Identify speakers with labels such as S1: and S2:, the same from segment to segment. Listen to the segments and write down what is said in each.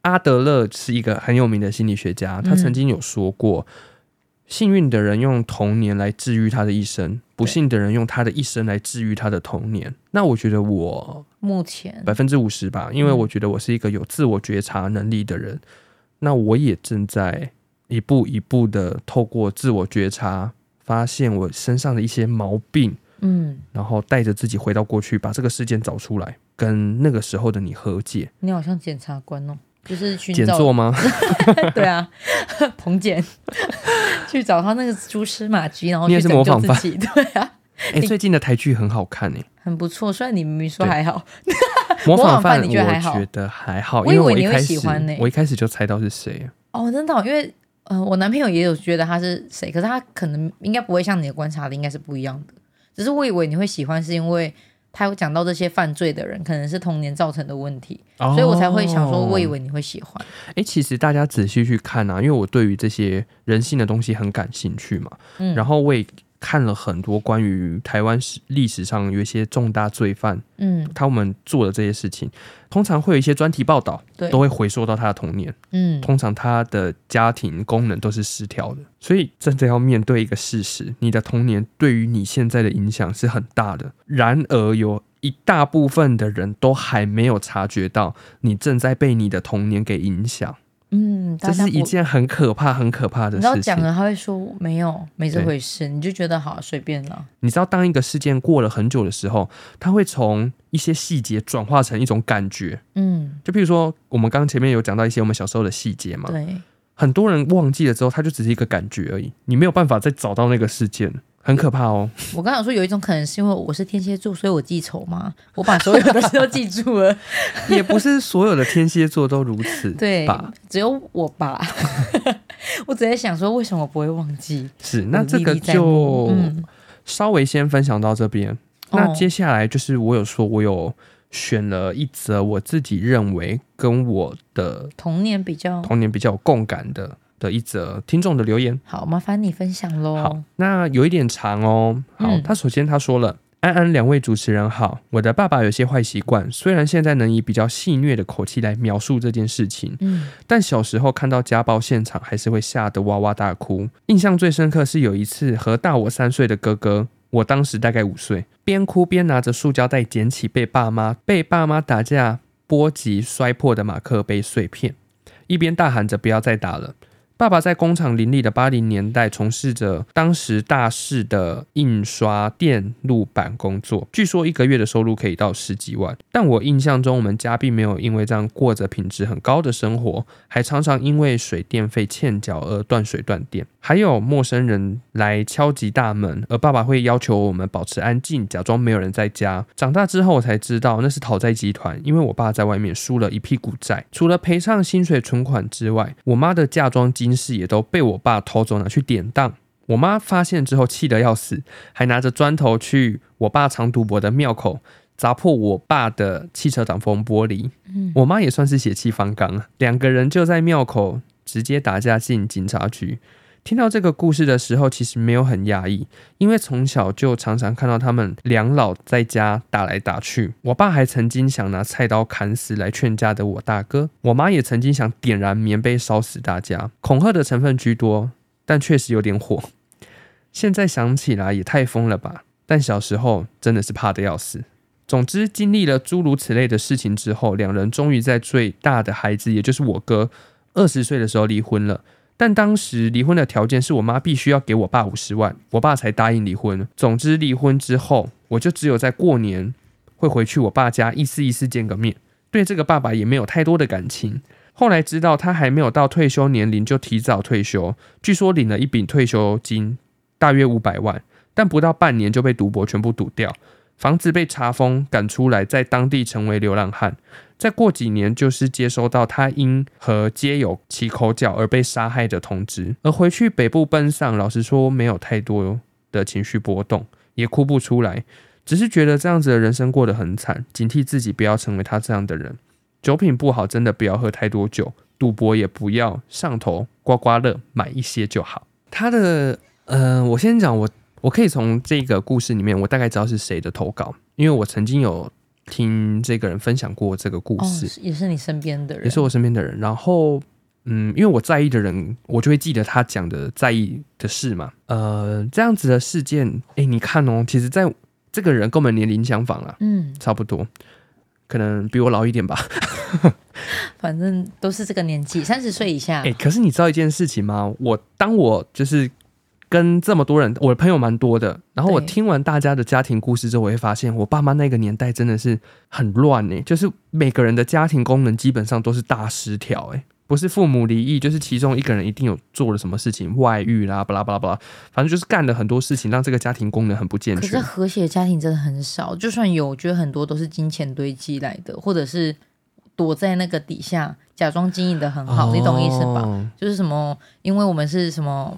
S1: 阿德勒是一个很有名的心理学家，他曾经有说过，幸运的人用童年来治愈他的一生，不幸的人用他的一生来治愈他的童年。那我觉得我
S2: 目前
S1: 百分之五十吧，因为我觉得我是一个有自我觉察能力的人。那我也正在一步一步的透过自我觉察，发现我身上的一些毛病，
S2: 嗯，
S1: 然后带着自己回到过去，把这个事件找出来，跟那个时候的你和解。
S2: 你好像检察官哦，就是寻
S1: 简
S2: 找
S1: 作吗？
S2: 对啊，彭检 去找他那个蛛丝马迹，然后
S1: 你也是
S2: 去拯
S1: 模
S2: 救
S1: 仿
S2: 自
S1: 犯
S2: 己， 对啊，
S1: 哎、最近的台剧很好看哎、
S2: 很不错。虽然你明明说
S1: 对
S2: 还好，
S1: 模
S2: 模仿
S1: 仿
S2: 犯
S1: 犯
S2: 你觉得还好
S1: 我觉得还好，
S2: 我
S1: 因
S2: 以为
S1: 我
S2: 你
S1: 一
S2: 会
S1: 开
S2: 喜
S1: 始
S2: 欢呢
S1: 我一开始就猜到是谁。
S2: 哦，真的哦、因为呃，我男朋友也有觉得他是谁，可是他可能应该不会像你的观察的应该是不一样的。只是我以为你会喜欢，是因为他有讲到这些犯罪的人可能是童年造成的问题，
S1: 所
S2: 所以我才会想说，我以为你会喜欢。
S1: 哎、哦诶其实大家仔细去看啊，因为我对于这些人性的东西很感兴趣嘛，
S2: 嗯
S1: 然后我也看了很多关于台湾史历史上有一些重大罪犯
S2: 嗯
S1: 他们做的这些事情，通常会有一些专题报道
S2: 对，
S1: 都会回溯到他的童年，
S2: 嗯，
S1: 通常他的家庭功能都是失调的，所以真的要面对一个事实，你的童年对于你现在的影响是很大的。然而，有一大部分的人都还没有察觉到，你正在被你的童年给影响，
S2: 嗯，大
S1: 这
S2: 家
S1: 是一
S2: 不。
S1: 件很可怕、很可怕
S2: 你
S1: 的
S2: 知道
S1: 事
S2: 讲
S1: 情。
S2: 了，他会说没有，没这
S1: 对
S2: 回事，你就觉得好随便了。
S1: 你知道，当一个事件过了很久的时候，它会从一些细节转化成一种感觉。
S2: 嗯，
S1: 就譬如说，我们刚刚前面有讲到一些我们小时候的细节嘛，
S2: 对，
S1: 很多人忘记了之后，它就只是一个感觉而已，你没有办法再找到那个事件，很可怕哦。
S2: 我刚想说有一种可能是因为我是天蝎座，所以我记仇嘛，我把所有的事都记住 了。
S1: 也不是所有的天蝎座都如此吧，
S2: 对，只有我吧。 我只在想说，为什么不会忘记？
S1: 是，那
S2: 我
S1: 这
S2: 历
S1: 个
S2: 历在目
S1: 就
S2: 嗯
S1: 稍微先分享到这边。那接下来就是我有说，我有选了一则我自己认为跟我的
S2: 童年比较
S1: 童年比较有共感的的一则听众的留言。
S2: 好，麻烦你分享
S1: 好
S2: 喽。，
S1: 那有一点长哦。好，
S2: 嗯
S1: 他首先他说了。安安，两位主持人好。我的爸爸有些坏习惯，虽然现在能以比较戏谑的口气来描述这件事情，
S2: 嗯
S1: 但小时候看到家暴现场，还是会吓得哇哇大哭。印象最深刻是有一次和大我三岁的哥哥，我当时大概五岁，边哭边拿着塑胶袋捡起被爸妈被爸妈打架波及摔破的马克杯碎片，一边大喊着不要再打了。爸爸在工厂林立的八零年代从事着当时大势的印刷电路板工作，据说一个月的收入可以到十几万。但我印象中，我们家并没有因为这样过着品质很高的生活，还常常因为水电费欠缴而断水断电。还有陌生人来敲击大门，而爸爸会要求我们保持安静，假装没有人在家。长大之后我才知道那是讨债集团，因为我爸在外面输了一屁股债，除了赔偿薪水存款之外，我妈的嫁妆金饰也都被我爸偷走拿去典当。我妈发现之后气得要死，还拿着砖头去我爸常赌博的庙口砸破我爸的汽车挡风玻璃。
S2: 嗯，
S1: 我妈也算是血气方刚啊，两个人就在庙口直接打架进警察局。听到这个故事的时候，其实没有很压抑，因为从小就常常看到他们两老在家打来打去。我爸还曾经想拿菜刀砍死来劝架的我大哥，我妈也曾经想点燃棉被烧死大家，恐吓的成分居多，但确实有点火。现在想起来也太疯了吧！但小时候真的是怕的要死。总之，经历了诸如此类的事情之后，两人终于在最大的孩子，也就是我哥，二十岁的时候离婚了。但当时离婚的条件是我妈必须要给我爸五十万，我爸才答应离婚。总之，离婚之后，我就只有在过年会回去我爸家，一次一次见个面，对这个爸爸也没有太多的感情。后来知道他还没有到退休年龄就提早退休，据说领了一笔退休金，大约五百万，但不到半年就被赌博全部赌掉。房子被查封，赶出来，在当地成为流浪汉。再过几年，就是接收到他因和街友起口角而被杀害的通知，而回去北部奔丧。老实说，没有太多的情绪波动，也哭不出来，只是觉得这样子的人生过得很惨，警惕自己不要成为他这样的人。酒品不好，真的不要喝太多酒，赌博也不要上头，刮刮乐买一些就好。他的，呃，我先讲我我可以从这个故事里面，我大概知道是谁的投稿，因为我曾经有听这个人分享过这个故
S2: 哦，
S1: 事，
S2: 是也是你身边的人，
S1: 也是我身边的人。然后，嗯，因为我在意的人，我就会记得他讲的在意的事嘛。呃，这样子的事件，哎，你看哦，其实在这个人跟我们年龄相仿啦，啊
S2: 嗯，
S1: 差不多，可能比我老一点吧。
S2: 反正都是这个年纪，三十岁以下
S1: 哎、，可是你知道一件事情吗？我当我就是跟这么多人，我的朋友蛮多的，然后我
S2: 对
S1: 听完大家的家庭故事之后，我会发现我爸妈那个年代真的是很乱呢、就是每个人的家庭功能基本上都是大失调哎、不是父母离异，就是其中一个人一定有做了什么事情，外遇啦，巴拉巴拉巴拉，反正就是干了很多事情，让这个家庭功能很不健
S2: 可是
S1: 全。
S2: 和谐的家庭真的很少，就算有，我觉得很多都是金钱堆积来的，或者是躲在那个底下假装经营的很好，你懂意思吧？
S1: 哦？
S2: 就是什么，因为我们是什么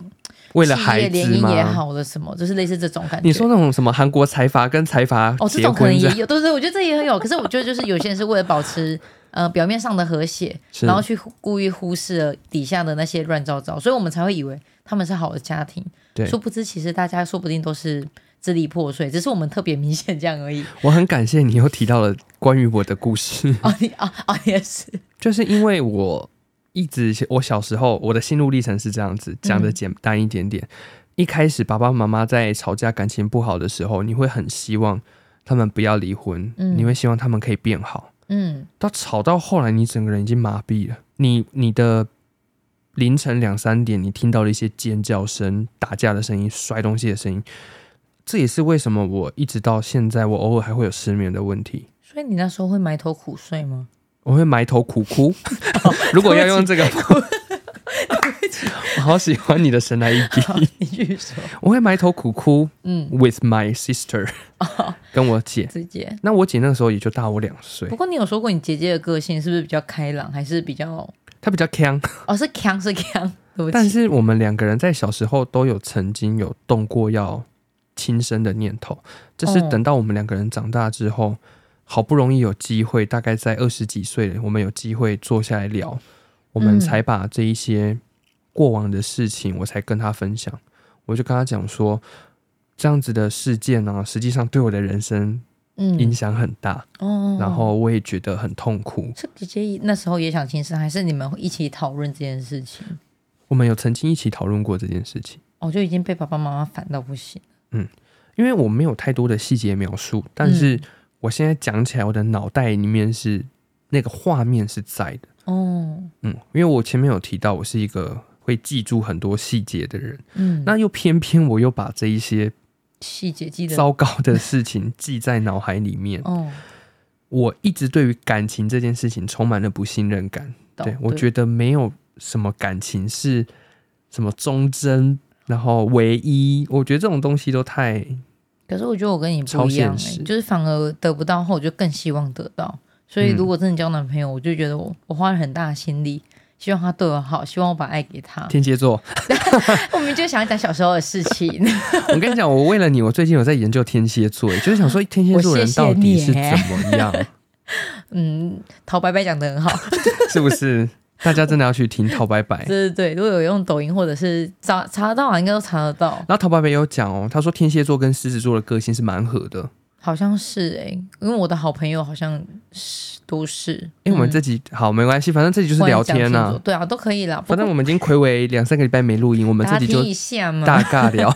S1: 为了
S2: 企业
S1: 孩
S2: 联
S1: 子
S2: 姻也
S1: 吗？
S2: 好了，什么就是类似这种感觉。
S1: 你说那种什么韩国财阀跟财阀
S2: 哦，这
S1: 结
S2: 种可能
S1: 婚
S2: 也
S1: 样，
S2: 有，对对，我觉得这也很有。可是我觉得就是有些人是为了保持呃表面上的和谐，
S1: 是
S2: 然后去忽故意忽视了底下的那些乱糟糟，所以我们才会以为他们是好的家庭。
S1: 对
S2: 殊不知其实大家说不定都是支离破碎，只是我们特别明显这样而已。
S1: 我很感谢你又提到了关于我的故事，
S2: 哦，你啊啊也是，
S1: 就是因为我一直我小时候我的心路历程是这样子，讲的简单一点点。一开始爸爸妈妈在吵架、感情不好的时候，你会很希望他们不要离婚，
S2: 嗯
S1: 你会希望他们可以变好。
S2: 嗯，
S1: 到吵到后来，你整个人已经麻痹了，你你的。凌晨两三点，你听到了一些尖叫声、打架的声音、摔东西的声音，这也是为什么我一直到现在，我偶尔还会有失眠的问题。
S2: 所以你那时候会埋头苦睡吗？
S1: 我会埋头苦哭。如果要用这个，我好喜欢你的神来一笔。
S2: 你继续说，
S1: 我会埋头苦哭
S2: 嗯，
S1: with my sister，跟我姐。
S2: 直接。
S1: 那我姐那个时候也就大我两岁
S2: 不，过你有说过你姐姐的个性是不是比较开朗，还是比较
S1: 她比较强，
S2: 哦是强是强，对不
S1: 但
S2: 起，
S1: 是我们两个人在小时候都有曾经有动过要轻生的念头，这是
S2: 哦
S1: 等到我们两个人长大之后，好不容易有机会，大概在二十几岁，我们有机会坐下来聊，我们
S2: 嗯
S1: 才把这一些过往的事情，我才跟他分享。我就跟他讲说，这样子的事件呢、实际上对我的人生影
S2: 嗯
S1: 响很大，
S2: 哦，
S1: 然后我也觉得很痛苦。
S2: 是姐姐那时候也想轻生，还是你们一起讨论这件事情？
S1: 我们有曾经一起讨论过这件事情。
S2: 哦，就已经被爸爸妈妈烦到不行。
S1: 因为我没有太多的细节描述，但
S2: 嗯
S1: 是我现在讲起来，我的脑袋里面是那个画面是在的，
S2: 哦，
S1: 嗯，因为我前面有提到，我是一个会记住很多细节的人，
S2: 嗯，
S1: 那又偏偏我又把这一些
S2: 细节记得
S1: 糟糕的事情记在脑海里面，
S2: 哦，
S1: 我一直对于感情这件事情充满了不信任感，
S2: 懂
S1: 对我觉得没有什么感情是什么忠贞，然后唯一，我觉得这种东西都太
S2: 可是我觉得我跟你
S1: 超
S2: 不一样、
S1: 现实
S2: 欸，就是反而得不到后，我就更希望得到。所
S1: 嗯
S2: 以如果真的交男朋友，我就觉得我我花了很大的心力，希望他对我好，希望我把爱给他。
S1: 天蝎座。
S2: 我们就想要讲小时候的事 情，
S1: 我跟你讲，我为了你，我最近有在研究天蝎座，就是想说天蝎座人到底是怎么样，
S2: 嗯，陶白白讲的很好，
S1: 是不是？大家真的要去听陶白白。
S2: 对对对，如果有用抖音或者是查查得到啊，应该都查得到，
S1: 然后陶白白有讲哦，他说天蝎座跟狮子座的个性是蛮合的。
S2: 好像是哎、因为我的好朋友好像是都是，
S1: 因为我们这集、好没关系，反正这集就是聊天
S2: 呐、
S1: 呐、
S2: 对啊，都可以啦，
S1: 反正我们已经暌违两三个礼拜没录音，我
S2: 不过
S1: 们
S2: 大
S1: 这
S2: 家
S1: 集就
S2: 听一下嘛，
S1: 大尬聊。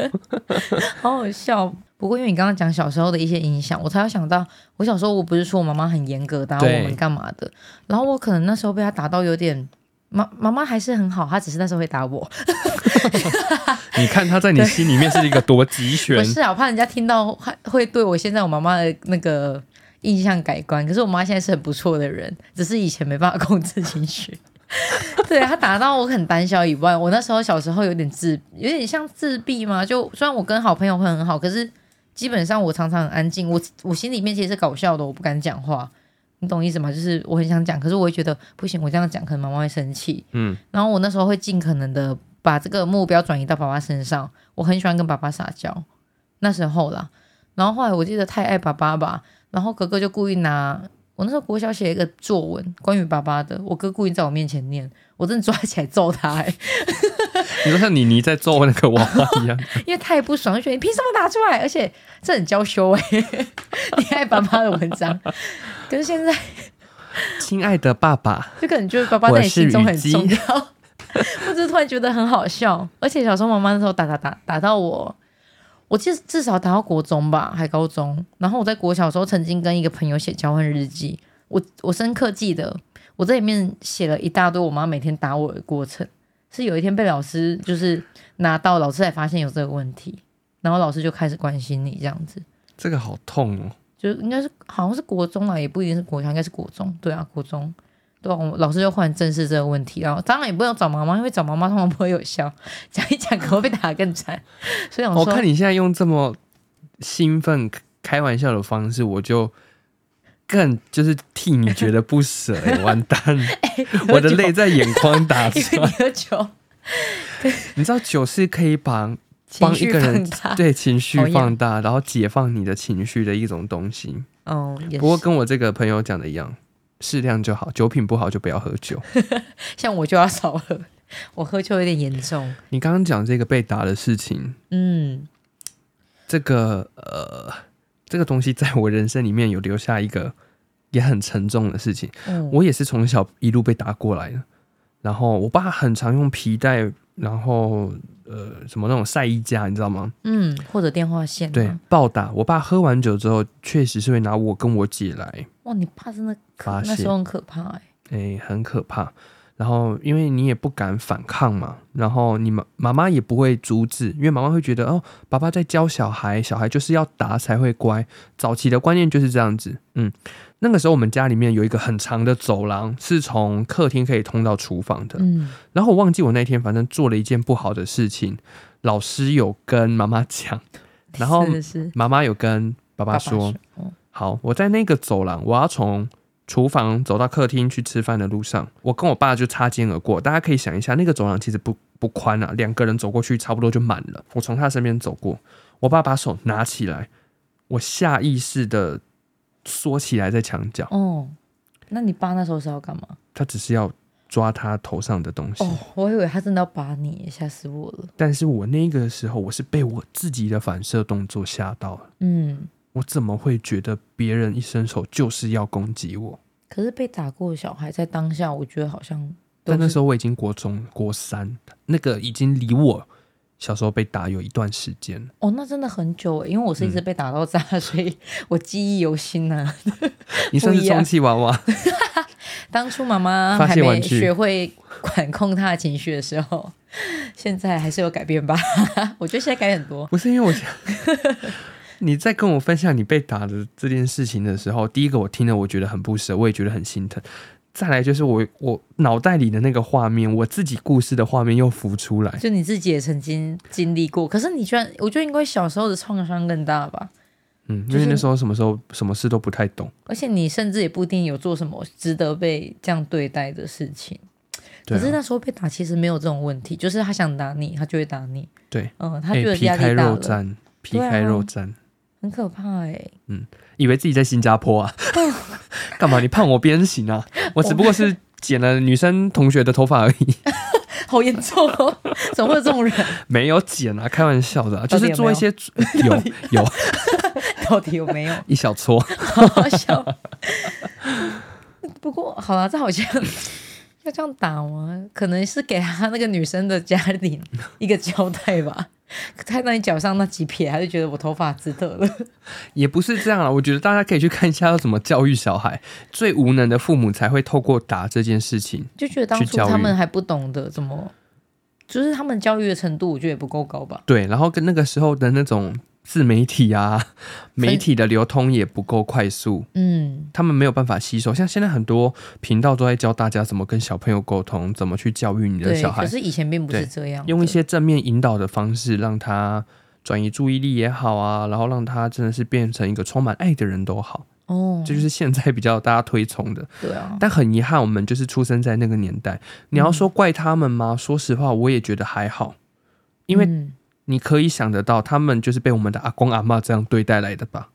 S2: 好好笑。不过因为你刚刚讲小时候的一些影响，我才有想到，我小时候我不是说我妈妈很严格打我
S1: 对
S2: 们干嘛的，然后我可能那时候被她打到有点。妈妈妈还是很好，她只是那时候会打我。
S1: 你看他在你心里面是一个多极
S2: 不
S1: 权，
S2: 是啊，我怕人家听到还会对我现在我妈妈的那个印象改观。可是我妈现在是很不错的人，只是以前没办法控制情绪。 对她打到我很胆小以外，我那时候小时候有点自，有点像自闭嘛。就虽然我跟好朋友会很好，可是基本上我常常很安静。我我心里面其实是搞笑的，我不敢讲话。你懂意思吗？就是我很想讲，可是我会觉得不行，我这样讲可能妈妈会生气。
S1: 嗯，
S2: 然后我那时候会尽可能的把这个目标转移到爸爸身上。我很喜欢跟爸爸撒娇，那时候啦。然后后来我记得太爱爸爸吧，然后哥哥就故意拿我那时候国小写一个作文关于爸爸的，我哥故意在我面前念，我真的抓起来揍他、欸。
S1: 你说像妮妮在揍那个娃娃一样，
S2: 因为太不爽，就觉得你凭什么打出来？而且这很娇羞哎、 你爱爸爸的文章，可是现在
S1: 亲爱的爸爸，
S2: 就可能就是爸爸在你心中很重
S1: 我是
S2: 要。我只是突然觉得很好笑，而且小时候妈妈那时候打打打打到我，我记得至少打到国中吧，还高中。然后我在国小的时候曾经跟一个朋友写交换日记，我我深刻记得我在里面写了一大堆我妈每天打我的过程。是有一天被老师就是拿到，老师才发现有这个问题，然后老师就开始关心你这样子。
S1: 这个好痛哦。
S2: 就应该是好像是国中啊，也不一定是国小，应该是国中。对啊，国中。对啊，我老师就换正视这个问题，然后当然也不用找妈妈，因为找妈妈通常不会有效，讲一讲可能会被打得更惨。所以我
S1: 我
S2: 哦说，
S1: 哦看你现在用这么兴奋、开玩笑的方式，我就更就是替你觉得不舍、欸，完 蛋，我的泪在眼眶打
S2: 哎因为
S1: 转。
S2: 你喝酒，
S1: 你知道酒是可以把
S2: 情
S1: 帮一
S2: 绪
S1: 个人
S2: 放大，
S1: 对情绪
S2: 啊好痒
S1: 放大，然后解放你的情绪的一种东西。
S2: 哦，也
S1: 不过
S2: 是。
S1: 跟我这个朋友讲的一样，适量就好，酒品不好就不要喝 酒。
S2: 像我就要少喝，我喝就有点严重。
S1: 你刚刚讲这个被打的事情，
S2: 嗯，
S1: 这个呃，这个东西在我人生里面有留下一个也很沉重的事情。
S2: 嗯
S1: 我也是从小一路被打过来的，然后我爸很常用皮带，然后呃什么那种晒衣架，你知道吗？
S2: 嗯，或者电话线、啊。
S1: 对，，暴打。我爸喝完酒之后，确实是会拿我跟我姐来，
S2: 哇，你爸真的可
S1: 发
S2: 那时
S1: 泄
S2: 候很可怕哎、
S1: 诶、很可怕。然后因为你也不敢反抗嘛，然后你妈妈妈也不会阻止，因为妈妈会觉得哦，爸爸在教小孩，小孩就是要打才会乖。早期的观念就是这样子，嗯。那个时候我们家里面有一个很长的走廊，是从客厅可以通到厨房的。
S2: 嗯，
S1: 然后我忘记我那天反正做了一件不好的事情，老师有跟妈妈讲，然后
S2: 真的是
S1: 妈妈有跟爸爸说，
S2: 哦
S1: 好，我在那个走廊，我要从厨房走到客厅去吃饭的路上，我跟我爸就擦肩而过。大家可以想一下，那个走廊其实不不宽啊，两个人走过去差不多就满了。我从他身边走过，我爸把手拿起来，我下意识的缩起来在墙角，
S2: 哦，那你爸那时候是要干嘛？
S1: 他只是要抓他头上的东西。
S2: 哦，我以为他真的要把你，吓死我了。
S1: 但是我那个时候，我是被我自己的反射动作吓到了。
S2: 嗯，
S1: 我怎么会觉得别人一伸手就是要攻击我？
S2: 可是被打过的小孩在当下，我觉得好像都
S1: 但那
S2: 是
S1: 时候我已经国中国三，那个已经离我小时候被打有一段时间了。
S2: 哦，那真的很久诶，因为我是
S1: 嗯
S2: 一直被打到炸， 所以我记忆犹新啊呐、
S1: 你算是
S2: 不一样
S1: 充气娃娃，
S2: 当初妈妈
S1: 发
S2: 还
S1: 泄玩
S2: 没
S1: 具
S2: 学会管控她的情绪的时候， 现在还是有改变吧？ 我觉得现在改很多。
S1: 不是因为我想。 你在跟我分享你被打的这件事情的时候，第一个我听了我觉得很不舍，我也觉得很心疼。再来就是我我脑袋里的那个画面，我自己故事的画面又浮出来。
S2: 就你自己也曾经经历过，可是你居然，我觉得应该小时候的创伤更大吧？
S1: 嗯，因
S2: 就是
S1: 为那时候什么时候什么事都不太懂。
S2: 而且你甚至也不一定有做什么值得被这样对待的事情。
S1: 对啊
S2: 可是那时候被打其实没有这种问题，就是他想打你，他就会打你。
S1: 对，
S2: 嗯，他
S1: 哎
S2: 觉得
S1: 皮
S2: 压
S1: 开
S2: 力大
S1: 肉
S2: 了，
S1: 绽，皮
S2: 对啊
S1: 开肉绽，
S2: 很可怕哎、
S1: 以为自己在新加坡 啊？干嘛？你判我鞭刑啊？我只不过是剪了女生同学的头发而已，
S2: 好严重哦！ 怎么会有这种人？
S1: 没有剪啊，开玩笑的啊、就
S2: 到底
S1: 是
S2: 有
S1: 做一些 有有
S2: 到底有没有？
S1: 一小撮。
S2: 好好笑。不过好啦，这好像要这样打吗？可能是给他那个女生的家庭一个交代吧。看到你脚上那几撇，他就觉得我头发值得了。
S1: 也不是这样啊，我觉得大家可以去看一下要怎么教育小孩。最无能的父母才会透过打这件事情，
S2: 就觉得当
S1: 去
S2: 初
S1: 教育
S2: 他们还不懂得怎么，就是他们教育的程度，我觉得也不够高吧。
S1: 对，然后跟那个时候的那种自媒体啊，媒体的流通也不够快速。
S2: 嗯，
S1: 他们没有办法吸收，像现在很多频道都在教大家怎么跟小朋友沟通，怎么去教育你的
S2: 对。
S1: 小孩
S2: 可。是以前并不是这样的，
S1: 用一些正面引导的方式，让他转移注意力也好啊，然后让他真的是变成一个充满爱的人都好，
S2: 哦，
S1: 这就是现在比较大家推崇的。
S2: 对啊，
S1: 但很遗憾，我们就是出生在那个年代。你要说怪他们吗？说实话，我也觉得还好，因为
S2: 嗯
S1: 你可以想得到，他们就是被我们的阿公阿嬷这样对待来的吧？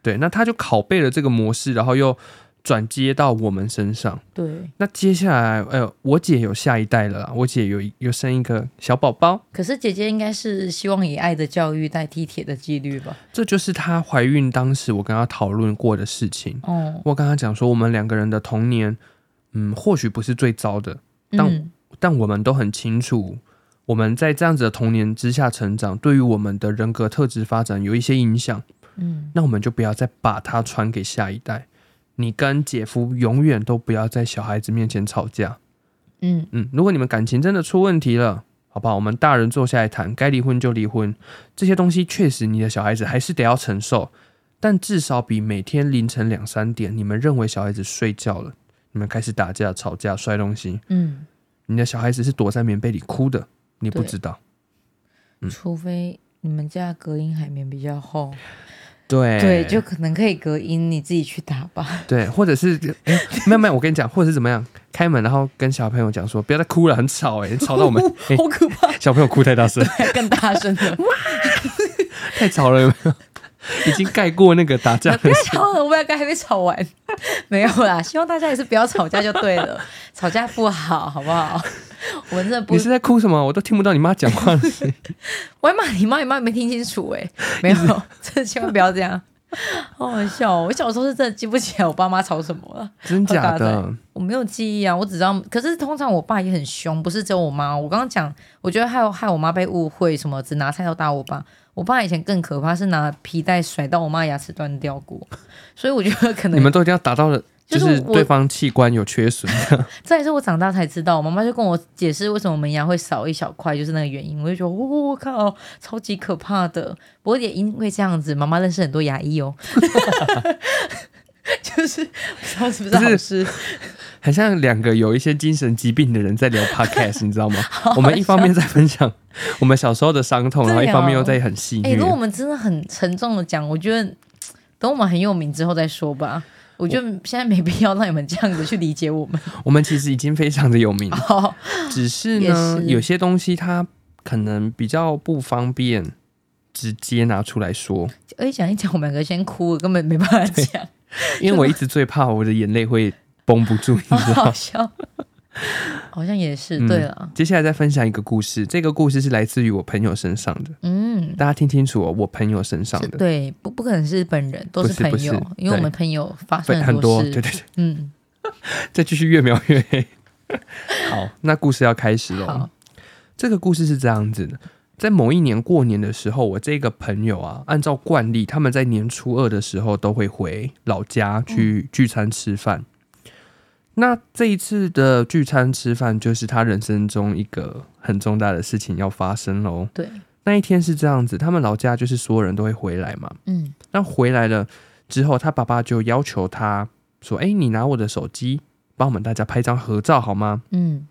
S1: 对，那他就拷贝了这个模式，然后又转接到我们身上。
S2: 对，
S1: 那接下来，呃，我姐有下一代了啦，我姐有一有生一个小宝宝，
S2: 可是姐姐应该是希望以爱的教育代替铁的纪律吧？
S1: 这就是她怀孕当时我跟她讨论过的事情。
S2: 哦，
S1: 我跟她讲说，我们两个人的童年，嗯，或许不是最糟的，但
S2: 嗯，
S1: 但我们都很清楚，我们在这样子的童年之下成长，对于我们的人格特质发展有一些影响。
S2: 嗯，
S1: 那我们就不要再把它传给下一代。你跟姐夫永远都不要在小孩子面前吵架。
S2: 嗯，
S1: 嗯，如果你们感情真的出问题了，好不好？我们大人坐下来谈，该离婚就离婚。这些东西确实你的小孩子还是得要承受，但至少比每天凌晨两三点，你们认为小孩子睡觉了，你们开始打架、吵架、摔东西，
S2: 嗯，
S1: 你的小孩子是躲在棉被里哭的，你不
S2: 对
S1: 知道。嗯
S2: 除非你们家隔音海绵比较厚，
S1: 对
S2: 对，就可能可以隔音，你自己去打吧。
S1: 对，或者是、哎，没有没有，我跟你讲，或者是怎么样，开门然后跟小朋友讲说，不要再哭了，很吵哎、吵到我们、哎
S2: 好可怕，
S1: 小朋友哭太大声，
S2: 更大声 的，
S1: 太吵了，有没有？已经盖过那个打架
S2: 不
S1: 的
S2: 要吵了，我们刚还没吵完，没有啦。希望大家也是不要吵架就对了，吵架不好，好不好？ 我们真的不
S1: 你，是在哭什么？我都听不到你妈讲话 了。
S2: 我还骂你妈，你妈也没听清楚哎、没有，真的千万不要这样，好好笑、哦。我小时候是真的记不起来我爸妈吵什么了。
S1: 真假
S2: 好大
S1: 的？
S2: 我没有记忆啊，我只知道，可是通常我爸也很凶，不是只有我妈。我刚刚讲，我觉得害我害我妈被误会，什么只拿菜刀打我爸。我爸以前更可怕，是拿皮带甩到我妈牙齿断掉过，所以我觉得可能
S1: 你们都一定要达到了，就
S2: 就是
S1: 是
S2: 我
S1: 对方器官有缺损。
S2: 这也是我长大才知道，我妈妈就跟我解释为什么门牙会少一小块，就是那个原因。我就觉得，我、靠，超级可怕的。不过也因为这样子，妈妈认识很多牙 医哦。就是不知道是不 是好事，
S1: 很像两个有一些精神疾病的人在 聊 podcast，你知道吗？我们一方面在分享 我们小时候的伤痛，然后一
S2: 对啊
S1: 方面又在很戏
S2: 哎、如果我
S1: 谑。
S2: 们真的很沉重的讲，我觉得等我们很有名之后再说吧。我觉得现在没必要让你们这样子去理解我们。
S1: 我们其实已经非常的有 名了，
S2: 哦，
S1: 只是
S2: 也
S1: 呢，
S2: 是
S1: 有些东西它可能比较不方便直接拿出来说，
S2: 而且哎讲一讲，我们两个先哭了，根本没办法讲，
S1: 因为我一直最怕我的眼泪会绷不住， 你
S2: 好
S1: 知道
S2: 好
S1: 吗。
S2: 笑。好像也是，
S1: 嗯
S2: 对了，
S1: 接下来再分享一个故事，这个故事是来自于我朋友身上的，
S2: 嗯，
S1: 大家听清楚哦，我朋友身上
S2: 是
S1: 的，
S2: 对，不不可能是本人，都
S1: 不
S2: 是
S1: 是
S2: 朋
S1: 不是
S2: 友，因为我们朋友发生
S1: 很
S2: 多
S1: 多，
S2: 事，
S1: 对对对，
S2: 嗯，
S1: 再继续越描越 黑。好，那故事要开始喽
S2: 好。，
S1: 这个故事是这样子的：在某一年过年的时候，我这个朋友啊，按照惯例，他们在年初二的时候都会回老家
S2: 嗯
S1: 去聚餐吃饭。那这一次的聚餐吃饭，就是他人生中一个很重大的事情要发生喽。
S2: 对，
S1: 那一天是这样子，他们老家就是所有人都会回来嘛。
S2: 嗯
S1: 那回来了之后，他爸爸就要求他说：“哎、你拿我的手机，帮我们大家拍张合照好吗？”
S2: 嗯，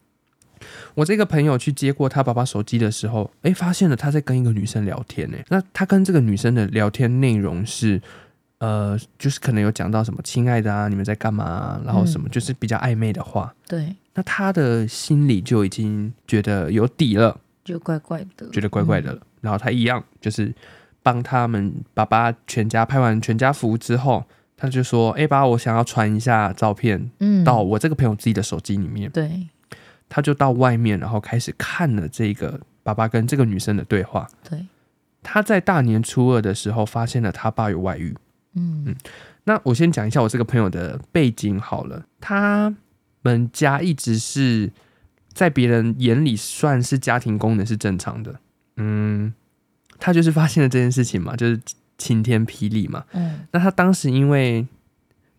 S1: 我这个朋友去接过他爸爸手机的时候，诶，发现了他在跟一个女生聊天呢。欸那他跟这个女生的聊天内容是，呃，就是可能有讲到什么“亲爱的啊，你们在干嘛、啊”，然后什么、就是比较暧昧的话。
S2: 对，
S1: 那他的心里就已经觉得有底了，
S2: 就怪怪的，
S1: 觉得怪怪的了。然后他一样就是帮他们爸爸全家拍完全家福之后，他就说：“诶，爸，我想要传一下照片
S2: 嗯，
S1: 到我这个朋友自己的手机里面。”
S2: 对
S1: 他就到外面，然后开始看了这个爸爸跟这个女生的对话。
S2: 对，
S1: 他在大年初二的时候发现了他爸有外遇。
S2: 嗯
S1: 那我先讲一下我这个朋友的背景好了，他们家一直是在别人眼里算是家庭功能是正常的。嗯，他就是发现了这件事情嘛，就是晴天霹雳嘛。
S2: 嗯，
S1: 那他当时因为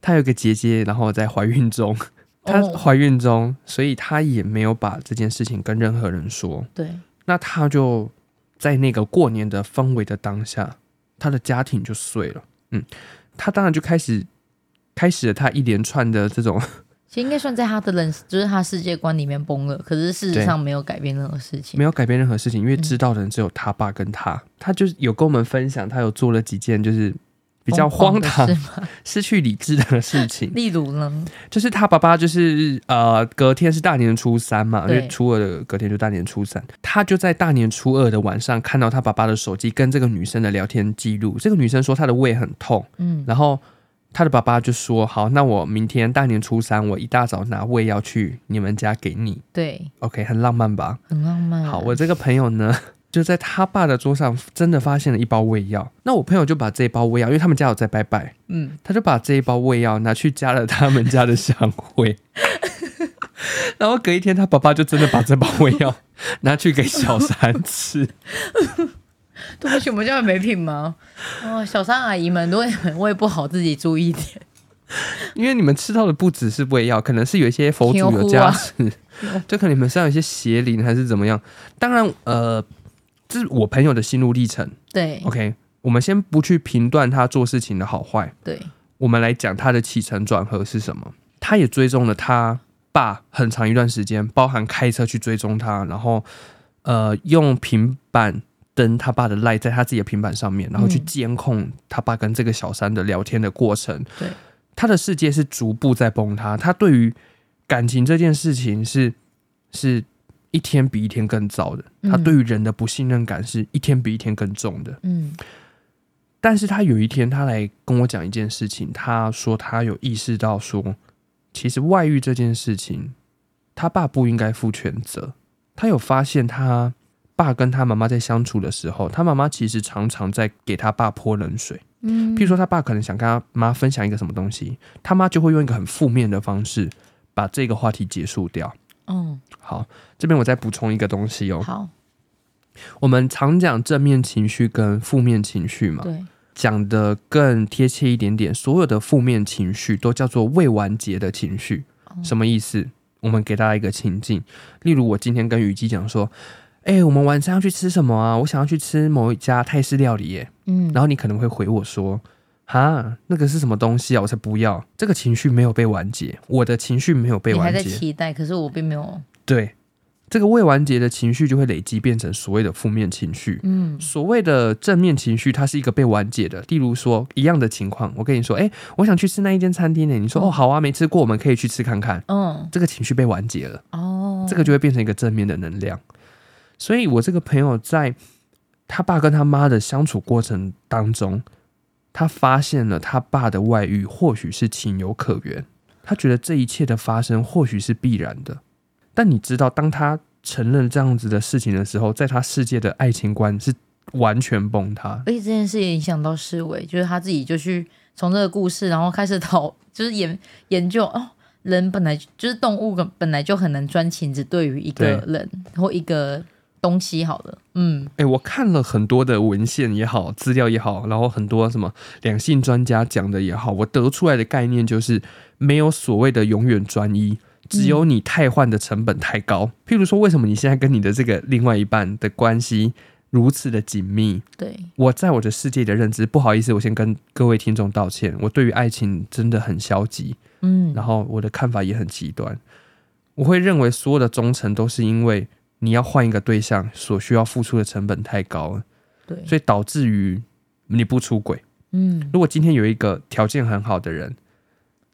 S1: 他有个姐姐，然后在怀孕中，她
S2: 哦
S1: 怀孕中，所以她也没有把这件事情跟任何人说。
S2: 对，
S1: 那她就在那个过年的氛围的当下，她的家庭就碎了。嗯，她当然就开始开始了她一连串的这种
S2: 其实应该算在他的人，就是他世界观里面崩了，可是事实上没有改变任何事情
S1: 没。有改变任何事情，因为知道的人只有她爸跟
S2: 嗯
S1: 她。她就是有跟我们分享，她有做了几件就是比较荒
S2: 疯狂
S1: 唐
S2: 的、事吗？
S1: 失去理智的事 情。
S2: 例如呢？
S1: 就是他爸爸，就是呃，隔天是大年初三嘛，因
S2: 对
S1: 为初二的隔天就大年初三，他就在大年初二的晚上看到他爸爸的手机跟这个女生的聊天记录。这个女生说她的胃很痛，
S2: 嗯
S1: 然后他的爸爸就说：“好，那我明天大年初三，我一大早拿胃药去你们家给你。
S2: 对，
S1: ”OK，很浪漫吧？
S2: 很浪漫。
S1: 好，我这个朋友呢， 就在他爸的桌上真的发现了一包胃药。那我朋友就把这一包胃药，因为他们家有在拜拜，
S2: 嗯，
S1: 他就把这一包胃药拿去加了他们家的香灰。 然后隔一天，他爸爸就真的把这包胃药拿去给小三吃。
S2: 对不起，我们这样没品吗？哦，小三阿姨们，如果你们胃不好，自己注意一点。
S1: 因为你们吃到的不只是胃药，可能是有一些佛祖有加持， 就可能你们身上有一些邪灵还是怎么样。当然，呃，这是我朋友的心路历程。
S2: 对
S1: OK，我们先不去评断他做事情的好坏，
S2: 对，
S1: 我们来讲他的起承转合是什么。他也追踪了他爸很长一段时间，包含开车去追踪他，然后呃用平板登他爸的赖在他自己的平板上面，然后去
S2: 嗯
S1: 监控他爸跟这个小三的聊天的过程。
S2: 对，
S1: 他的世界是逐步在崩塌，他对于感情这件事情是是一天比一天更糟的，
S2: 嗯
S1: 他对于人的不信任感是一天比一天更重的。
S2: 嗯
S1: 但是他有一天，他来跟我讲一件事情，他说他有意识到说，其实外遇这件事情，他爸不应该负全责。他有发现他爸跟他妈妈在相处的时候，他妈妈其实常常在给他爸泼冷水。
S2: 嗯，
S1: 譬如说，他爸可能想跟他妈分享一个什么东西，他妈就会用一个很负面的方式把这个话题结束掉。
S2: 嗯，
S1: 好，这边我再补充一个东西哦。
S2: 好，
S1: 我们常讲正面情绪跟负面情绪嘛，
S2: 对，
S1: 讲的更贴切一点点，所有的负面情绪都叫做未完结的情绪。
S2: 哦
S1: 什么意思？我们给大家一个情境，例如我今天跟雨姬讲说：“哎、我们晚上要去吃什么啊？我想要去吃某一家泰式料理耶。”
S2: 嗯，
S1: 然后你可能会回我说：“哈，那个是什么东西啊？我才不要！这个情绪没有被完结，我的情绪没有被
S2: 你还
S1: 完
S2: 在
S1: 结。
S2: 期待，可是我并没有，”
S1: 对，这个未完结的情绪就会累积变成所谓的负面情绪。
S2: 嗯
S1: 所谓的正面情绪，它是一个被完结的。例如说，一样的情况，我跟你说：“哎、我想去吃那一间餐厅呢。”你说：“哦，好啊，没吃过，我们可以去吃看看。”
S2: 嗯，
S1: 这个情绪被完结了。
S2: 哦，
S1: 这个就会变成一个正面的能量。所以我这个朋友在他爸跟他妈的相处过程当中，他发现了他爸的外遇或许是情有可原，他觉得这一切的发生或许是必然的。但你知道，当他承认这样子的事情的时候，在他世界的爱情观是完全崩塌。
S2: 哎而且这件事也影响到世伟，就是他自己就去从这个故事，然后开始讨， 就是研研究哦，人本来就是动物本本来就很难专情，只对于一个人或一个东西好了，嗯，
S1: 诶，我看了很多的文献也好，资料也好，然后很多什么两性专家讲的也好，我得出来的概念就是没有所谓的永远专一，只有你汰换的成本太高。譬如说，为什么你现在跟你的这个另外一半的关系如此的紧密？
S2: 对，
S1: 我在我的世界里的认知，不好意思，我先跟各位听众道歉，我对于爱情真的很消极。
S2: 嗯
S1: 然后我的看法也很极端。我会认为所有的忠诚都是因为你要换一个对象所需要付出的成本太高了，
S2: 对，
S1: 所以导致于你不出轨。
S2: 嗯
S1: 如果今天有一个条件很好的人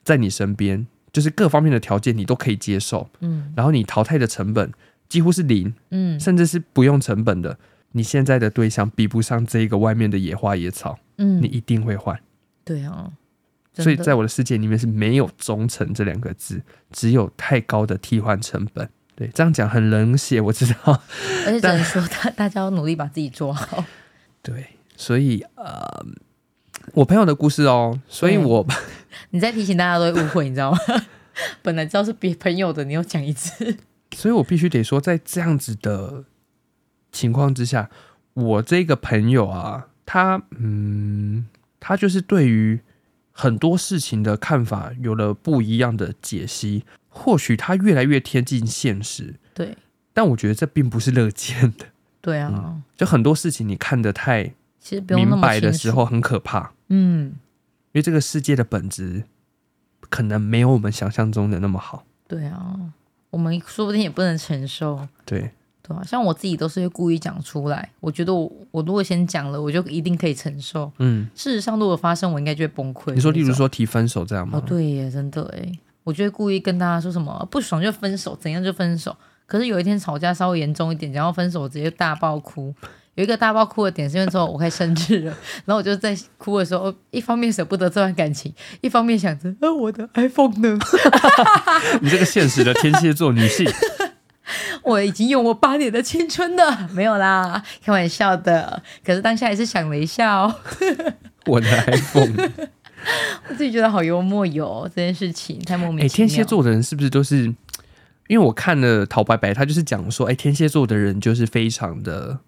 S1: 在你身边，就是各方面的条件你都可以接受，
S2: 嗯
S1: 然后你淘汰的成本几乎是零，
S2: 嗯
S1: 甚至是不用成本的，你现在的对象比不上这一个外面的野花野草，你
S2: 嗯，
S1: 一定会换。
S2: 对啊，真
S1: 所以
S2: 的
S1: 在我的世界里面是没有忠诚这两个字，只有太高的替换成本。对，这样讲很冷血，我知 道。
S2: 而且只能说大 大家要努力把自己做好，
S1: 对，所以呃，我朋友的故事哦，所以
S2: 对
S1: 我
S2: 你再提醒大家都会误会，你知道吗？ 本来知道是别朋友的，你又讲一次，
S1: 所以我必须得说，在这样子的情况之下，我这个朋友啊，他嗯，他就是对于很多事情的看法有了不一样的解析，或许他越来越贴近现实，
S2: 对
S1: 但我觉得这并不是乐见的。
S2: 对啊，
S1: 就很多事情你看得太
S2: 其实不用那
S1: 明
S2: 么
S1: 白的
S2: 清
S1: 时
S2: 楚，
S1: 候很可怕，
S2: 嗯。
S1: 因为这个世界的本质可能没有我们想象中的那么好。
S2: 对啊，我们说不定也不能承受，
S1: 对，
S2: 对啊，像我自己都是会故意讲出来，我觉得我我如果先讲了，我就一定可以承受。
S1: 嗯，
S2: 事实上，如果发生，我应该就会崩溃。
S1: 你说例如，说提分手这样吗？
S2: 哦，对耶，真的哎，我就会故意跟大家说什么啊不爽就分手，怎样就分手。可是有一天吵架稍微严重一点，然后分手，我直接大爆哭，有一个大爆哭的点，是因为之后我快生日了，然后我就在哭的时候，一方面舍不得这段感情，一方面想着，啊，我的 iPhone 呢？
S1: 你这个现实的天蝎座女性，
S2: 我已经用我八年的青春了，没有啦，开玩笑的。可是当下也是想了一下哦，
S1: 我的 iPhone，
S2: 我自己觉得好幽默哟、这件事情太莫
S1: 哎、
S2: 名其
S1: 天
S2: 妙。
S1: 蝎座的人是不是都是？因为我看了陶白白，他就是讲说，哎、天蝎座的人就是非常的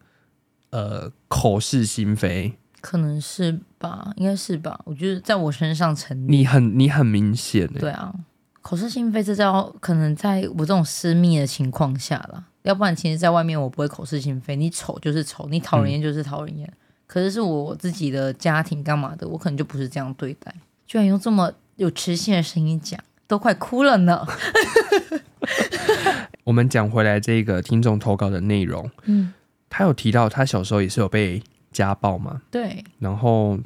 S1: 呃口是心非，
S2: 可能是吧，应该是吧，我觉得在我身上成立。
S1: 你很你很明显、欸，
S2: 对啊，口是心非这招可能在我这种私密的情况下啦，要不然其实在外面我不会口是心非。你丑就是丑，你讨人厌就是讨人厌。可是是我自己的家庭干嘛的，我可能就不是这样对待。居然用这么有磁性的声音讲，都快哭了呢。
S1: 我们讲回来这个听众投稿的内容，
S2: 嗯，
S1: 他有提到他小时候也是有被家暴嘛，
S2: 对，
S1: 然后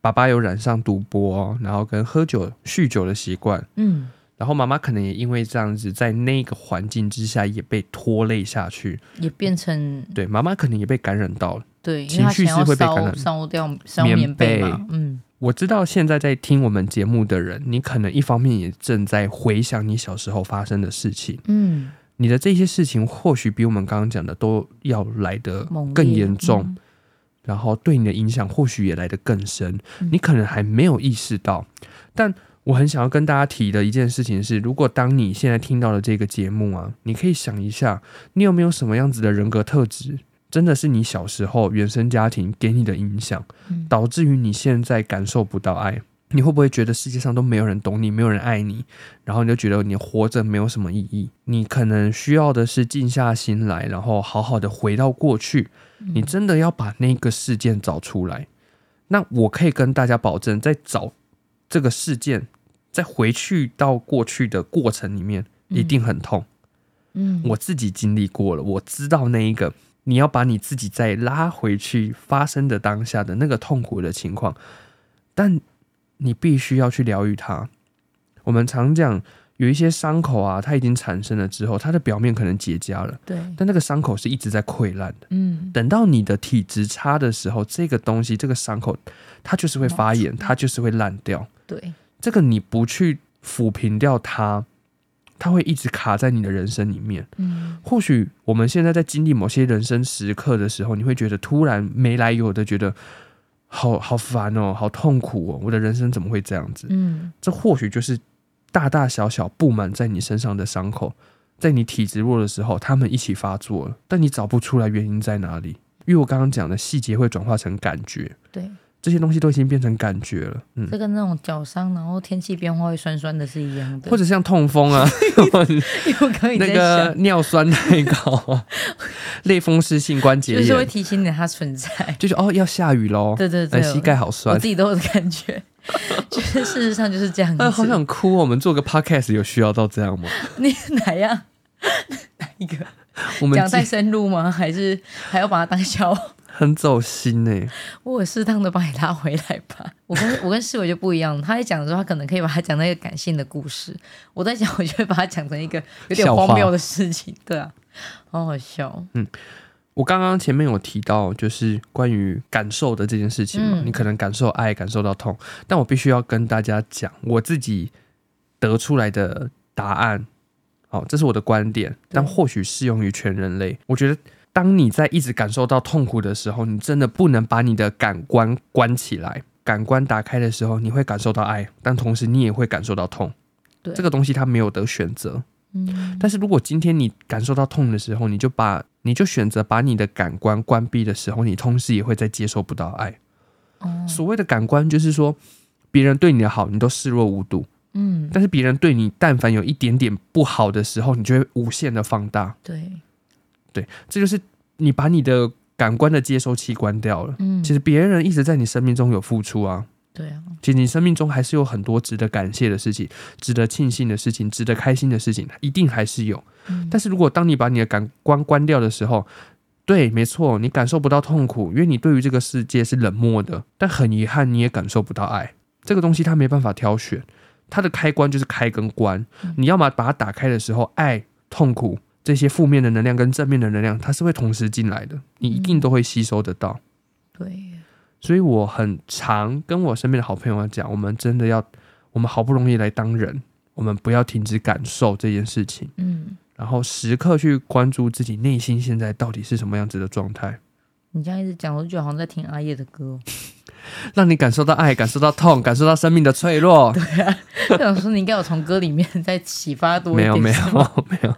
S1: 爸爸有染上赌博，然后跟喝酒酗酒的习惯，
S2: 嗯，
S1: 然后妈妈可能也因为这样子，在那个环境之下也被拖累下去。
S2: 也变成
S1: 对，妈妈可能也被感染到了。
S2: 对，因为
S1: 情
S2: 他
S1: 绪
S2: 想要
S1: 是会被感
S2: 烧
S1: 染
S2: 烧掉烧
S1: 棉
S2: 棉被
S1: 被
S2: 嘛，嗯，
S1: 我知道现在在听我们节目的人，你可能一方面也正在回想你小时候发生的事情，
S2: 嗯，
S1: 你的这些事情或许比我们刚刚讲的都要来得
S2: 猛烈
S1: 更严重，
S2: 嗯
S1: 然后对你的影响或许也来得更深
S2: 嗯，
S1: 你可能还没有意识到。但我很想要跟大家提的一件事情是，如果当你现在听到了这个节目啊，你可以想一下，你有没有什么样子的人格特质，真的是你小时候原生家庭给你的影响
S2: 嗯，
S1: 导致于你现在感受不到爱。你会不会觉得世界上都没有人懂你，没有人爱你，然后你就觉得你活着没有什么意义？你可能需要的是静下心来，然后好好的回到过去，
S2: 嗯
S1: 你真的要把那个事件找出来。那我可以跟大家保证，在找这个事件，在回去到过去的过程里面，
S2: 嗯
S1: 一定很痛。
S2: 嗯，
S1: 我自己经历过了，我知道那一个。你要把你自己再拉回去发生的当下的那个痛苦的情况，但你必须要去疗愈它。我们常讲，有一些伤口啊，它已经产生了之后，它的表面可能结痂了，
S2: 对，
S1: 但那个伤口是一直在溃烂的。
S2: 嗯，
S1: 等到你的体质差的时候，这个东西这个伤口，它就是会发炎，它就是会烂掉。
S2: 对，
S1: 这个你不去抚平掉它，它会一直卡在你的人生里面。
S2: 嗯，
S1: 或许我们现在在经历某些人生时刻的时候，你会觉得突然没来由的觉得好好烦哦，好痛苦哦，我的人生怎么会这样子？
S2: 嗯，
S1: 这或许就是大大小小布满在你身上的伤口，在你体质弱的时候，它们一起发作了，但你找不出来原因在哪里。因为我刚刚讲的细节会转化成感觉，
S2: 对。
S1: 这些东西都已经变成感觉了，嗯，
S2: 这跟那种脚伤，然后天气变化会酸酸的是一样的。
S1: 或者像痛风啊，
S2: 因为我刚刚也在
S1: 那
S2: 想，
S1: 个尿酸太高 啊，类风湿性关节
S2: 就是会
S1: 炎，
S2: 提醒你它存在。
S1: 就是哦要下雨喽，
S2: 对对
S1: 哎
S2: 对，
S1: 膝盖好
S2: 我
S1: 酸，
S2: 自己都有感觉，就是事实上就是这样子。
S1: 哎好想哭哦。我们做个 podcast 有需要到这样吗？
S2: 你哪样？哪一个？
S1: 我们
S2: 讲太深入吗？还是 还要把它当 笑话？
S1: 很走心欸呢、
S2: 我有适当的把你拉回来吧。我跟我跟世伟就不一样，他在讲的时候，他可能可以把它讲成一个感性的故事；我在讲，我就会把它讲成一个有点
S1: 笑话
S2: 荒谬的事情。对啊，好好笑哦。
S1: 我刚刚前面有提到，就是关于感受的这件事情嘛，
S2: 嗯
S1: 你可能感受爱，感受到痛，但我必须要跟大家讲我自己得出来的答案。好、这是我的观点，但或许适用于全人类。我觉得，当你在一直感受到痛苦的时候，你真的不能把你的感官关起来。感官打开的时候，你会感受到爱，但同时你也会感受到痛。
S2: 对
S1: 这个东西它没有得选择。
S2: 嗯，
S1: 但是如果今天你感受到痛的时候，你就把你就选择把你的感官关闭的时候，你同时也会在接受不到爱。
S2: 哦，
S1: 所谓的感官，就是说别人对你的好，你都视若无睹；
S2: 嗯，
S1: 但是别人对你但凡有一点点不好的时候，你就会无限的放大。
S2: 对，
S1: 这就是你把你的感官的接收器关掉了。
S2: 嗯，
S1: 其实别人一直在你生命中有付出啊，
S2: 对啊，
S1: 其实你生命中还是有很多值得感谢的事情，值得庆幸的事情，值得开心的事情，一定还是有。
S2: 嗯
S1: 但是如果当你把你的感官关掉的时候，对，没错，你感受不到痛苦，因为你对于这个世界是冷漠的。但很遗憾，你也感受不到爱。这个东西它没办法挑选，它的开关就是开跟关。你要么把它打开的时候，爱、痛苦这这些负面的能量跟正面的能量，它是会同时进来的，你一定都会吸收得到。
S2: 对，
S1: 所以我很常跟我身边的好朋友讲，我们真的要，我们好不容易来当人，我们不要停止感受这件事情，
S2: 嗯，
S1: 然后时刻去关注自己内心现在到底是什么样子的状态，
S2: 你这样一直讲，我就觉得好像在听阿叶的歌、 哦。
S1: 让你感受到爱，感受到痛，感受到生命的脆弱。
S2: 我想说，你应该有从歌里面再启发多
S1: 没
S2: 一
S1: 有
S2: 点，
S1: 没有 没有，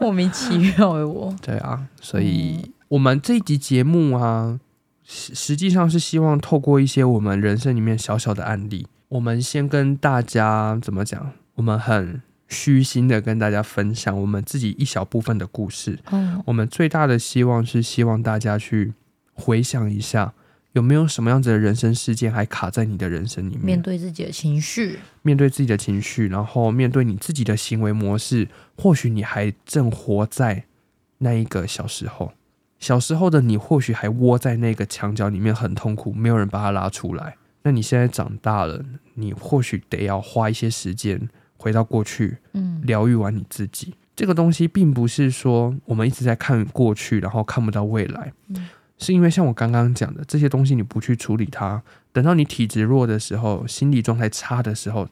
S2: 莫名其妙哎，我
S1: 对啊，所以我们这一集节目啊，实实际上是希望透过一些我们人生里面小小的案例，我们先跟大家怎么讲，我们很虚心的跟大家分享我们自己一小部分的故事。
S2: 哦，
S1: 我们最大的希望是希望大家去回想一下，有没有什么样子的人生事件还卡在你的人生里面
S2: 面？对自己的情绪，
S1: 面对自己的情绪，然后面对你自己的行为模式，或许你还正活在那一个小时候，小时候的你或许还窝在那个墙角里面很痛苦，没有人把它拉出来。那你现在长大了，你或许得要花一些时间回到过去，
S2: 嗯，
S1: 疗愈完你自己。这个东西并不是说我们一直在看过去，然后看不到未来，
S2: 嗯
S1: 是因为像我刚刚讲的，这些东西你不去处理它，等到你体质弱的时候，心理状态差的时候，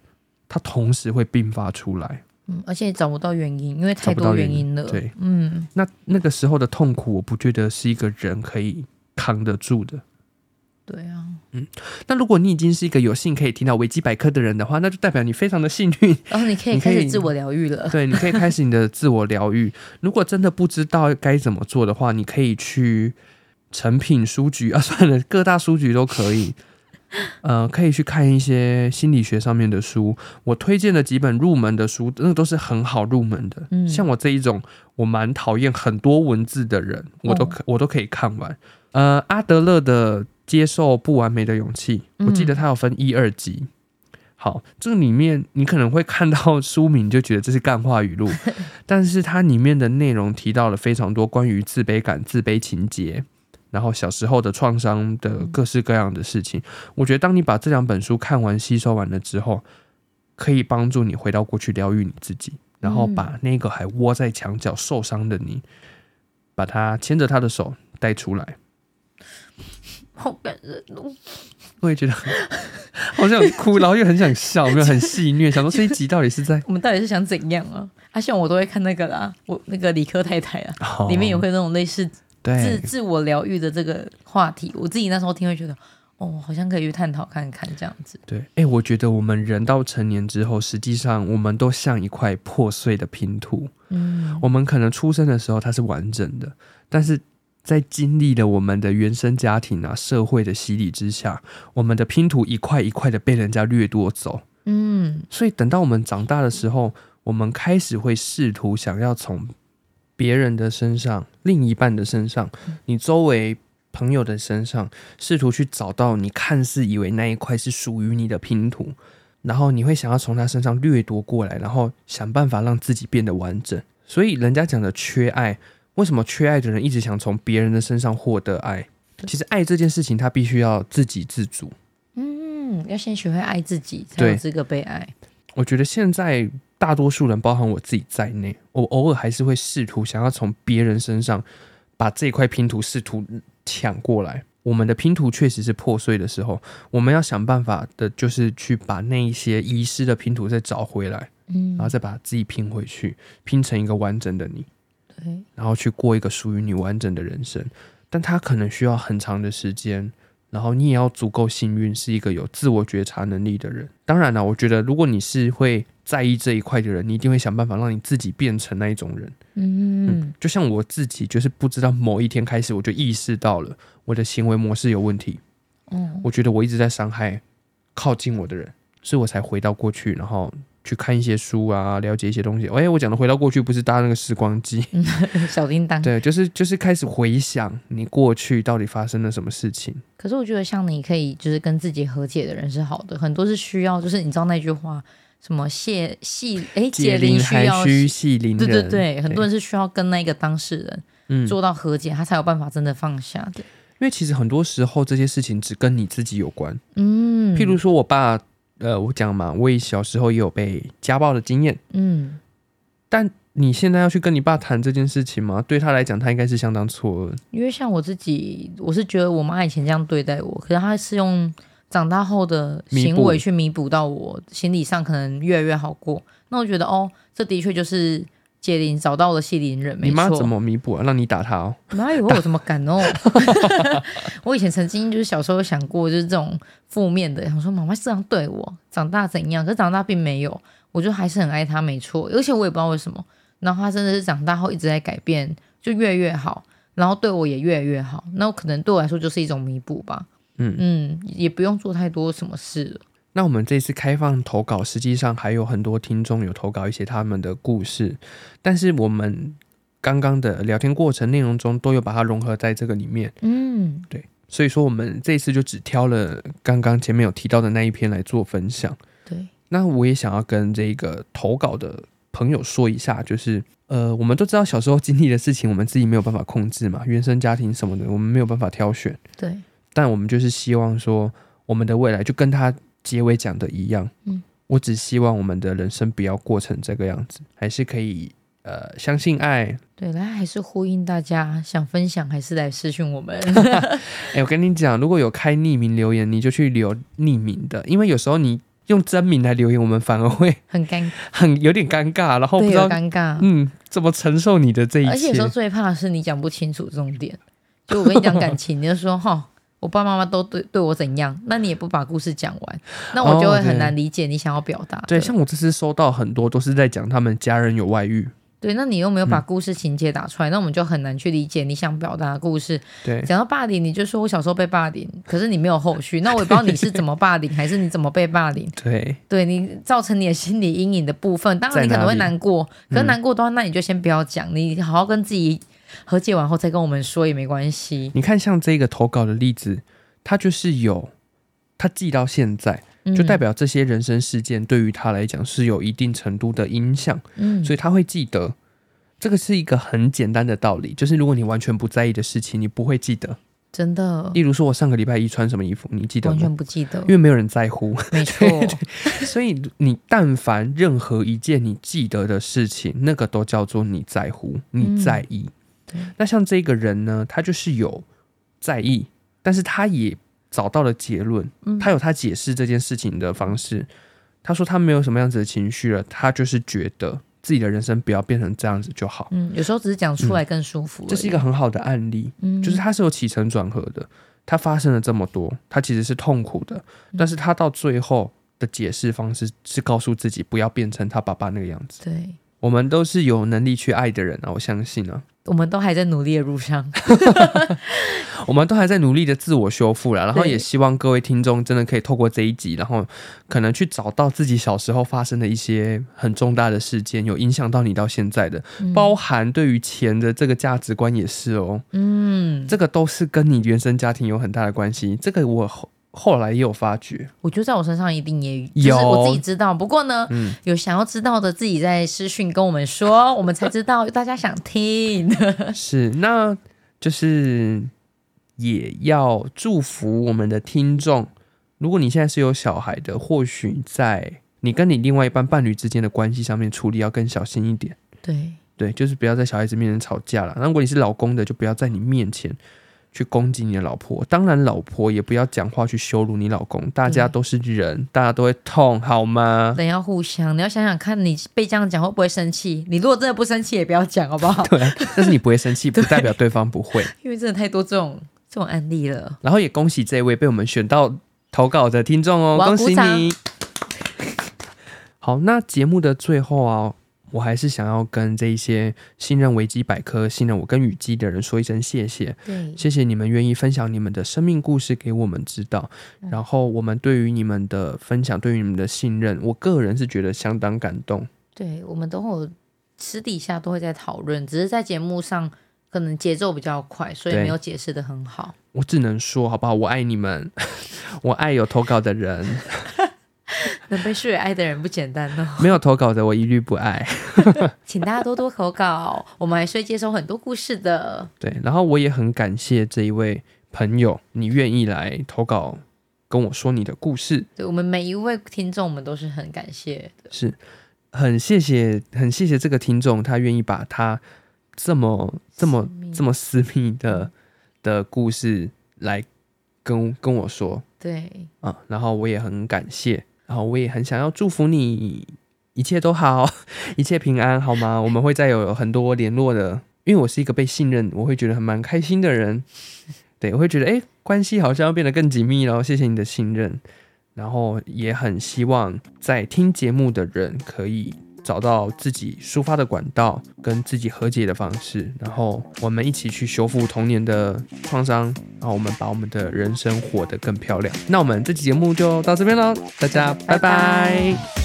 S1: 它同时会并发出来。
S2: 嗯，而且也找不到原因，因为
S1: 找
S2: 太
S1: 不到
S2: 多
S1: 原
S2: 原
S1: 因
S2: 因了。
S1: 对，
S2: 嗯，
S1: 那那个时候的痛苦，我不觉得是一个人可以扛得住的。
S2: 对啊，
S1: 那如果你已经是一个有幸可以听到维基百科的人的话，那就代表你非常的幸运，
S2: 然后你可以
S1: 你可
S2: 开
S1: 以
S2: 始自我疗愈了。
S1: 对，你可以开始你的自我疗愈。如果真的不知道该怎么做的话，你可以去诚品书局啊， 算了，各大书局都可以。呃，可以去看一些心理学上面的书。我推荐的几本入门的书，那都是很好入门的。
S2: 嗯
S1: 像我这一种，我蛮讨厌很多文字的人，我
S2: 哦
S1: 都可、我都可以看完。呃，阿德勒的《接受不完美的勇气》，我记得它有分一、二集。好，这里面你可能会看到书名就觉得这是干话语录，但是它里面的内容提到了非常多关于自卑感、自卑情节，然后小时候的创伤的各式各样的事情。我觉得当你把这两本书看完、吸收完了之后，可以帮助你回到过去疗愈你自己，然后把那个还窝在墙角受伤的你，把他牵着他的手带出来。
S2: 好感人哦！
S1: 我也觉得 好想哭，然后又很想笑，没有很戏虐，想说这一集到底是在
S2: 我们到底是想怎样啊？啊，像我都会看那个啦，我那个理科太太啊，
S1: 哦
S2: 里面也会那种类似自
S1: 对
S2: 自我疗愈的这个话题。我自己那时候听会觉得，哦，好像可以去探讨看看这样子。
S1: 对，哎、我觉得我们人到成年之后，实际上我们都像一块破碎的拼图。
S2: 嗯，
S1: 我们可能出生的时候它是完整的，但是在经历了我们的原生家庭啊、社会的洗礼之下，我们的拼图一块一块的被人家掠夺走。
S2: 嗯，
S1: 所以等到我们长大的时候，我们开始会试图想要从别人的身上、另一半的身上、
S2: 嗯
S1: 你周围朋友的身上，试图去找到你看似以为那一块是属于你的拼图，然后你会想要从他身上掠夺过来，然后想办法让自己变得完整。所以人家讲的缺爱，为什么缺爱的人一直想从别人的身上获得爱？其实爱这件事情，他必须要自给自足。
S2: 嗯，要先学会爱自己，才
S1: 对
S2: 有资格被爱。
S1: 我觉得现在大多数人，包含我自己在内，我偶尔还是会试图想要从别人身上把这块拼图试图抢过来。我们的拼图确实是破碎的时候，我们要想办法的就是去把那一些遗失的拼图再找回来，
S2: 嗯
S1: 然后再把自己拼回去，拼成一个完整的你，
S2: 对，
S1: 然后去过一个属于你完整的人生。但它可能需要很长的时间，然后你也要足够幸运，是一个有自我觉察能力的人。当然了，我觉得如果你是会在意这一块的人，你一定会想办法让你自己变成那一种人。
S2: 嗯，
S1: 就像我自己，就是不知道某一天开始，我就意识到了我的行为模式有问题。
S2: 哦，
S1: 我觉得我一直在伤害靠近我的人，所以我才回到过去，然后去看一些书啊，了解一些东西。哎，我讲的回到过去不是搭那个时光机，
S2: 嗯小叮当。
S1: 嗯对，就是就是开始回想你过去到底发生了什么事情。
S2: 可是我觉得像你可以就是跟自己和解的人是好的，很多是需要，就是你知道那句话什么谢系哎解铃需
S1: 还
S2: 要
S1: 需系铃
S2: 对
S1: 人，
S2: 对对，很多人是需要跟那个当事人
S1: 嗯，因
S2: 做到和解，他才有办法真的放下的。
S1: 为其实很多时候这些事情只跟你自己有关。
S2: 嗯，
S1: 譬如说，我爸，呃，我讲嘛，我也小时候也有被家暴的经验，
S2: 嗯，
S1: 但你现在要去跟你爸谈这件事情吗？对他来讲，他应该是相当错愕。
S2: 因为像我自己，我是觉得我妈以前这样对待我，可是她是用长大后的行为去弥补到我心理上可能越来越好过。那我觉得哦，这的确就是解铃找到了系铃人，没
S1: 你
S2: 错。
S1: 妈怎么弥补啊？让你打他哦？
S2: 哪有我有什么感哦？ 我以前曾经就是小时候有想过，就是这种负面的，想说妈妈是这样对我，长大怎样？可是长大并没有，我就还是很爱她，没错。而且我也不知道为什么，然后她真的是长大后一直在改变，就越来越好，然后对我也越来越好。那可能对我来说就是一种弥补吧。
S1: 嗯
S2: 嗯，也不用做太多什么事了。
S1: 那我们这次开放投稿，实际上还有很多听众有投稿一些他们的故事，但是我们刚刚的聊天过程内容中都有把它融合在这个里面，
S2: 嗯，
S1: 所以说我们这次就只挑了刚刚前面有提到的那一篇来做分享。
S2: 对，
S1: 那我也想要跟这个投稿的朋友说一下，就是呃，我们都知道小时候经历的事情，我们自己没有办法控制嘛，原生家庭什么的，我们没有办法挑选，
S2: 对，
S1: 但我们就是希望说，我们的未来就跟他结尾讲的一样，
S2: 嗯，
S1: 我只希望我们的人生不要过成这个样子，还是可以呃相信爱。
S2: 对，来还是呼应大家想分享，还是来私讯我们。
S1: 哎、我跟你讲，如果有开匿名留言，你就去留匿名的，因为有时候你用真名来留言，我们反而会
S2: 很尴
S1: 很有点尴尬，然后不
S2: 对，
S1: 知
S2: 有
S1: 道
S2: 尴尬。
S1: 嗯，怎么承受你的这一
S2: 而且有
S1: 切
S2: 时？候最怕的是你讲不清楚重点。就我跟你讲感情，你就说哈，我爸爸妈妈都对对我怎样，那你也不把故事讲完，那我就
S1: 哦
S2: 会很
S1: 对
S2: 难理解你想要表达的。
S1: 哦对，像我这次收到很多都是在讲他们家人有外遇，
S2: 对，那你又没有把故事情节打出来，那我们就很难去理解你想表达的故事。
S1: 对，
S2: 讲到霸凌，你就说我小时候被霸凌，可是你没有后续，那我也不知道你是怎么霸凌，还是你怎么被霸凌。
S1: 对，
S2: 对你造成你的心理阴影的部分，当然你
S1: 在哪
S2: 可能会
S1: 里
S2: 难过，可是
S1: 嗯
S2: 难过的话，那你就先不要讲，你好好跟自己和解完后再跟我们说也没关系。
S1: 你看像这个投稿的例子，他就是有他记到现在，就代
S2: 表
S1: 表这些人生事件对于他来讲是有一定程度的影响，
S2: 嗯，
S1: 所以他会记得。这个是一个很简单的道理，就是如果你完全不在意的事情，你不会记得。
S2: 真的
S1: 例如说，我上个礼拜一穿什么衣服，你记得
S2: 完
S1: 吗？
S2: 全不记得
S1: 因，为没有人在乎。
S2: 没 错，
S1: 所以你但凡任何一件你记得的事情，那个都叫做你在乎、你在意。
S2: 嗯对
S1: 那像这个人呢，他就是有在意，但是他也找到了结论，
S2: 嗯
S1: 他有他解释这件事情的方式。他说他没有什么样子的情绪了，他就是觉得自己的人生不要变成这样子就好。
S2: 嗯，有时候只是讲出来更舒服而已。
S1: 这是一个很好的案例。
S2: 嗯，
S1: 就是它是有起承转合的。它发生了这么多，它其实是痛苦的，
S2: 嗯
S1: 但是他到最后的解释方式是告诉自己不要变成他爸爸那个样子。
S2: 对，
S1: 我们都是有能力去爱的人啊，我相信啊，
S2: 我们都还在努力的路上。
S1: 我们都还在努力的自我修复了。然后
S2: 对
S1: 也希望各位听众真的可以透过这一集，然后可能去找到自己小时候发生的一些很重大的事件，有影响到你到现在的，
S2: 嗯
S1: 包含对于钱的这个价值观也是哦。
S2: 嗯，
S1: 这个都是跟你原生家庭有很大的关系。这个我后后来也有发觉，
S2: 我觉得在我身上一定也
S1: 有
S2: 就是我自己知道。不过呢，
S1: 嗯
S2: 有想要知道的，自己在私讯跟我们说， 我们才知道大家想听。
S1: 是那就是也要祝福我们的听众。如果你现在是有小孩的，或许在你跟你另外一半伴侣之间的关系上面处理要更小心一点。
S2: 对，
S1: 对，就是不要在小孩子面前吵架了。那如果你是老公的，就不要在你面前去攻击你的老婆。当然，老婆也不要讲话去羞辱你老公。大家
S2: 对
S1: 都是人，大家都会痛，好吗？
S2: 人要互相，你要想想看，你被这样讲会不会生气？你如果真的不生气，也不要讲好 不好？
S1: 对，但是你不会生气，不代表对方不会。
S2: 因为真的太多这种这种案例了。
S1: 然后也恭喜这位被我们选到投稿的听众哦
S2: 我，要
S1: 恭喜
S2: 鼓掌
S1: 你！ 好，那节目的最后啊，我还是想要跟这一些信任维基百科、信任我跟雨姬的人说一声谢谢，
S2: 对，
S1: 谢谢你们愿意分享你们的生命故事给我们知道。然后我们对于你们的分享，对于你们的信任，我个人是觉得相当感动。
S2: 对，我们都会有私底下都会在讨论，只是在节目上可能节奏比较快，所以
S1: 对
S2: 没有解释的很好。
S1: 我只能说，好不好？我爱你们， 我爱有投稿的人。
S2: 能被视为爱的人不简单哦，
S1: 没有投稿的我一律不爱。
S2: 请大家多多投稿，我们还是会接收很多故事的。
S1: 对，然后我也很感谢这一位朋友，你愿意来投稿跟我说你的故事。
S2: 对我们每一位听众，我们都是很感谢的。
S1: 是，很谢谢，很谢谢这个听众，他愿意把他这么这么
S2: 私密
S1: 这么私密的的故事来跟跟我说
S2: 对，
S1: 啊、然后我也很感谢，然后我也很想要祝福你一切都好， 一切平安，好吗？我们会再有很多联络的，因为我是一个被信任，我会觉得很蛮开心的人，对，我会觉得哎、诶关系好像要变得更紧密了，谢谢你的信任，然后也很希望在听节目的人可以。找到自己抒发的管道，跟自己和解的方式，然后我们一起去修复童年的创伤，然后我们把我们的人生活得更漂亮。那我们这期节目就到这边喽，大家拜拜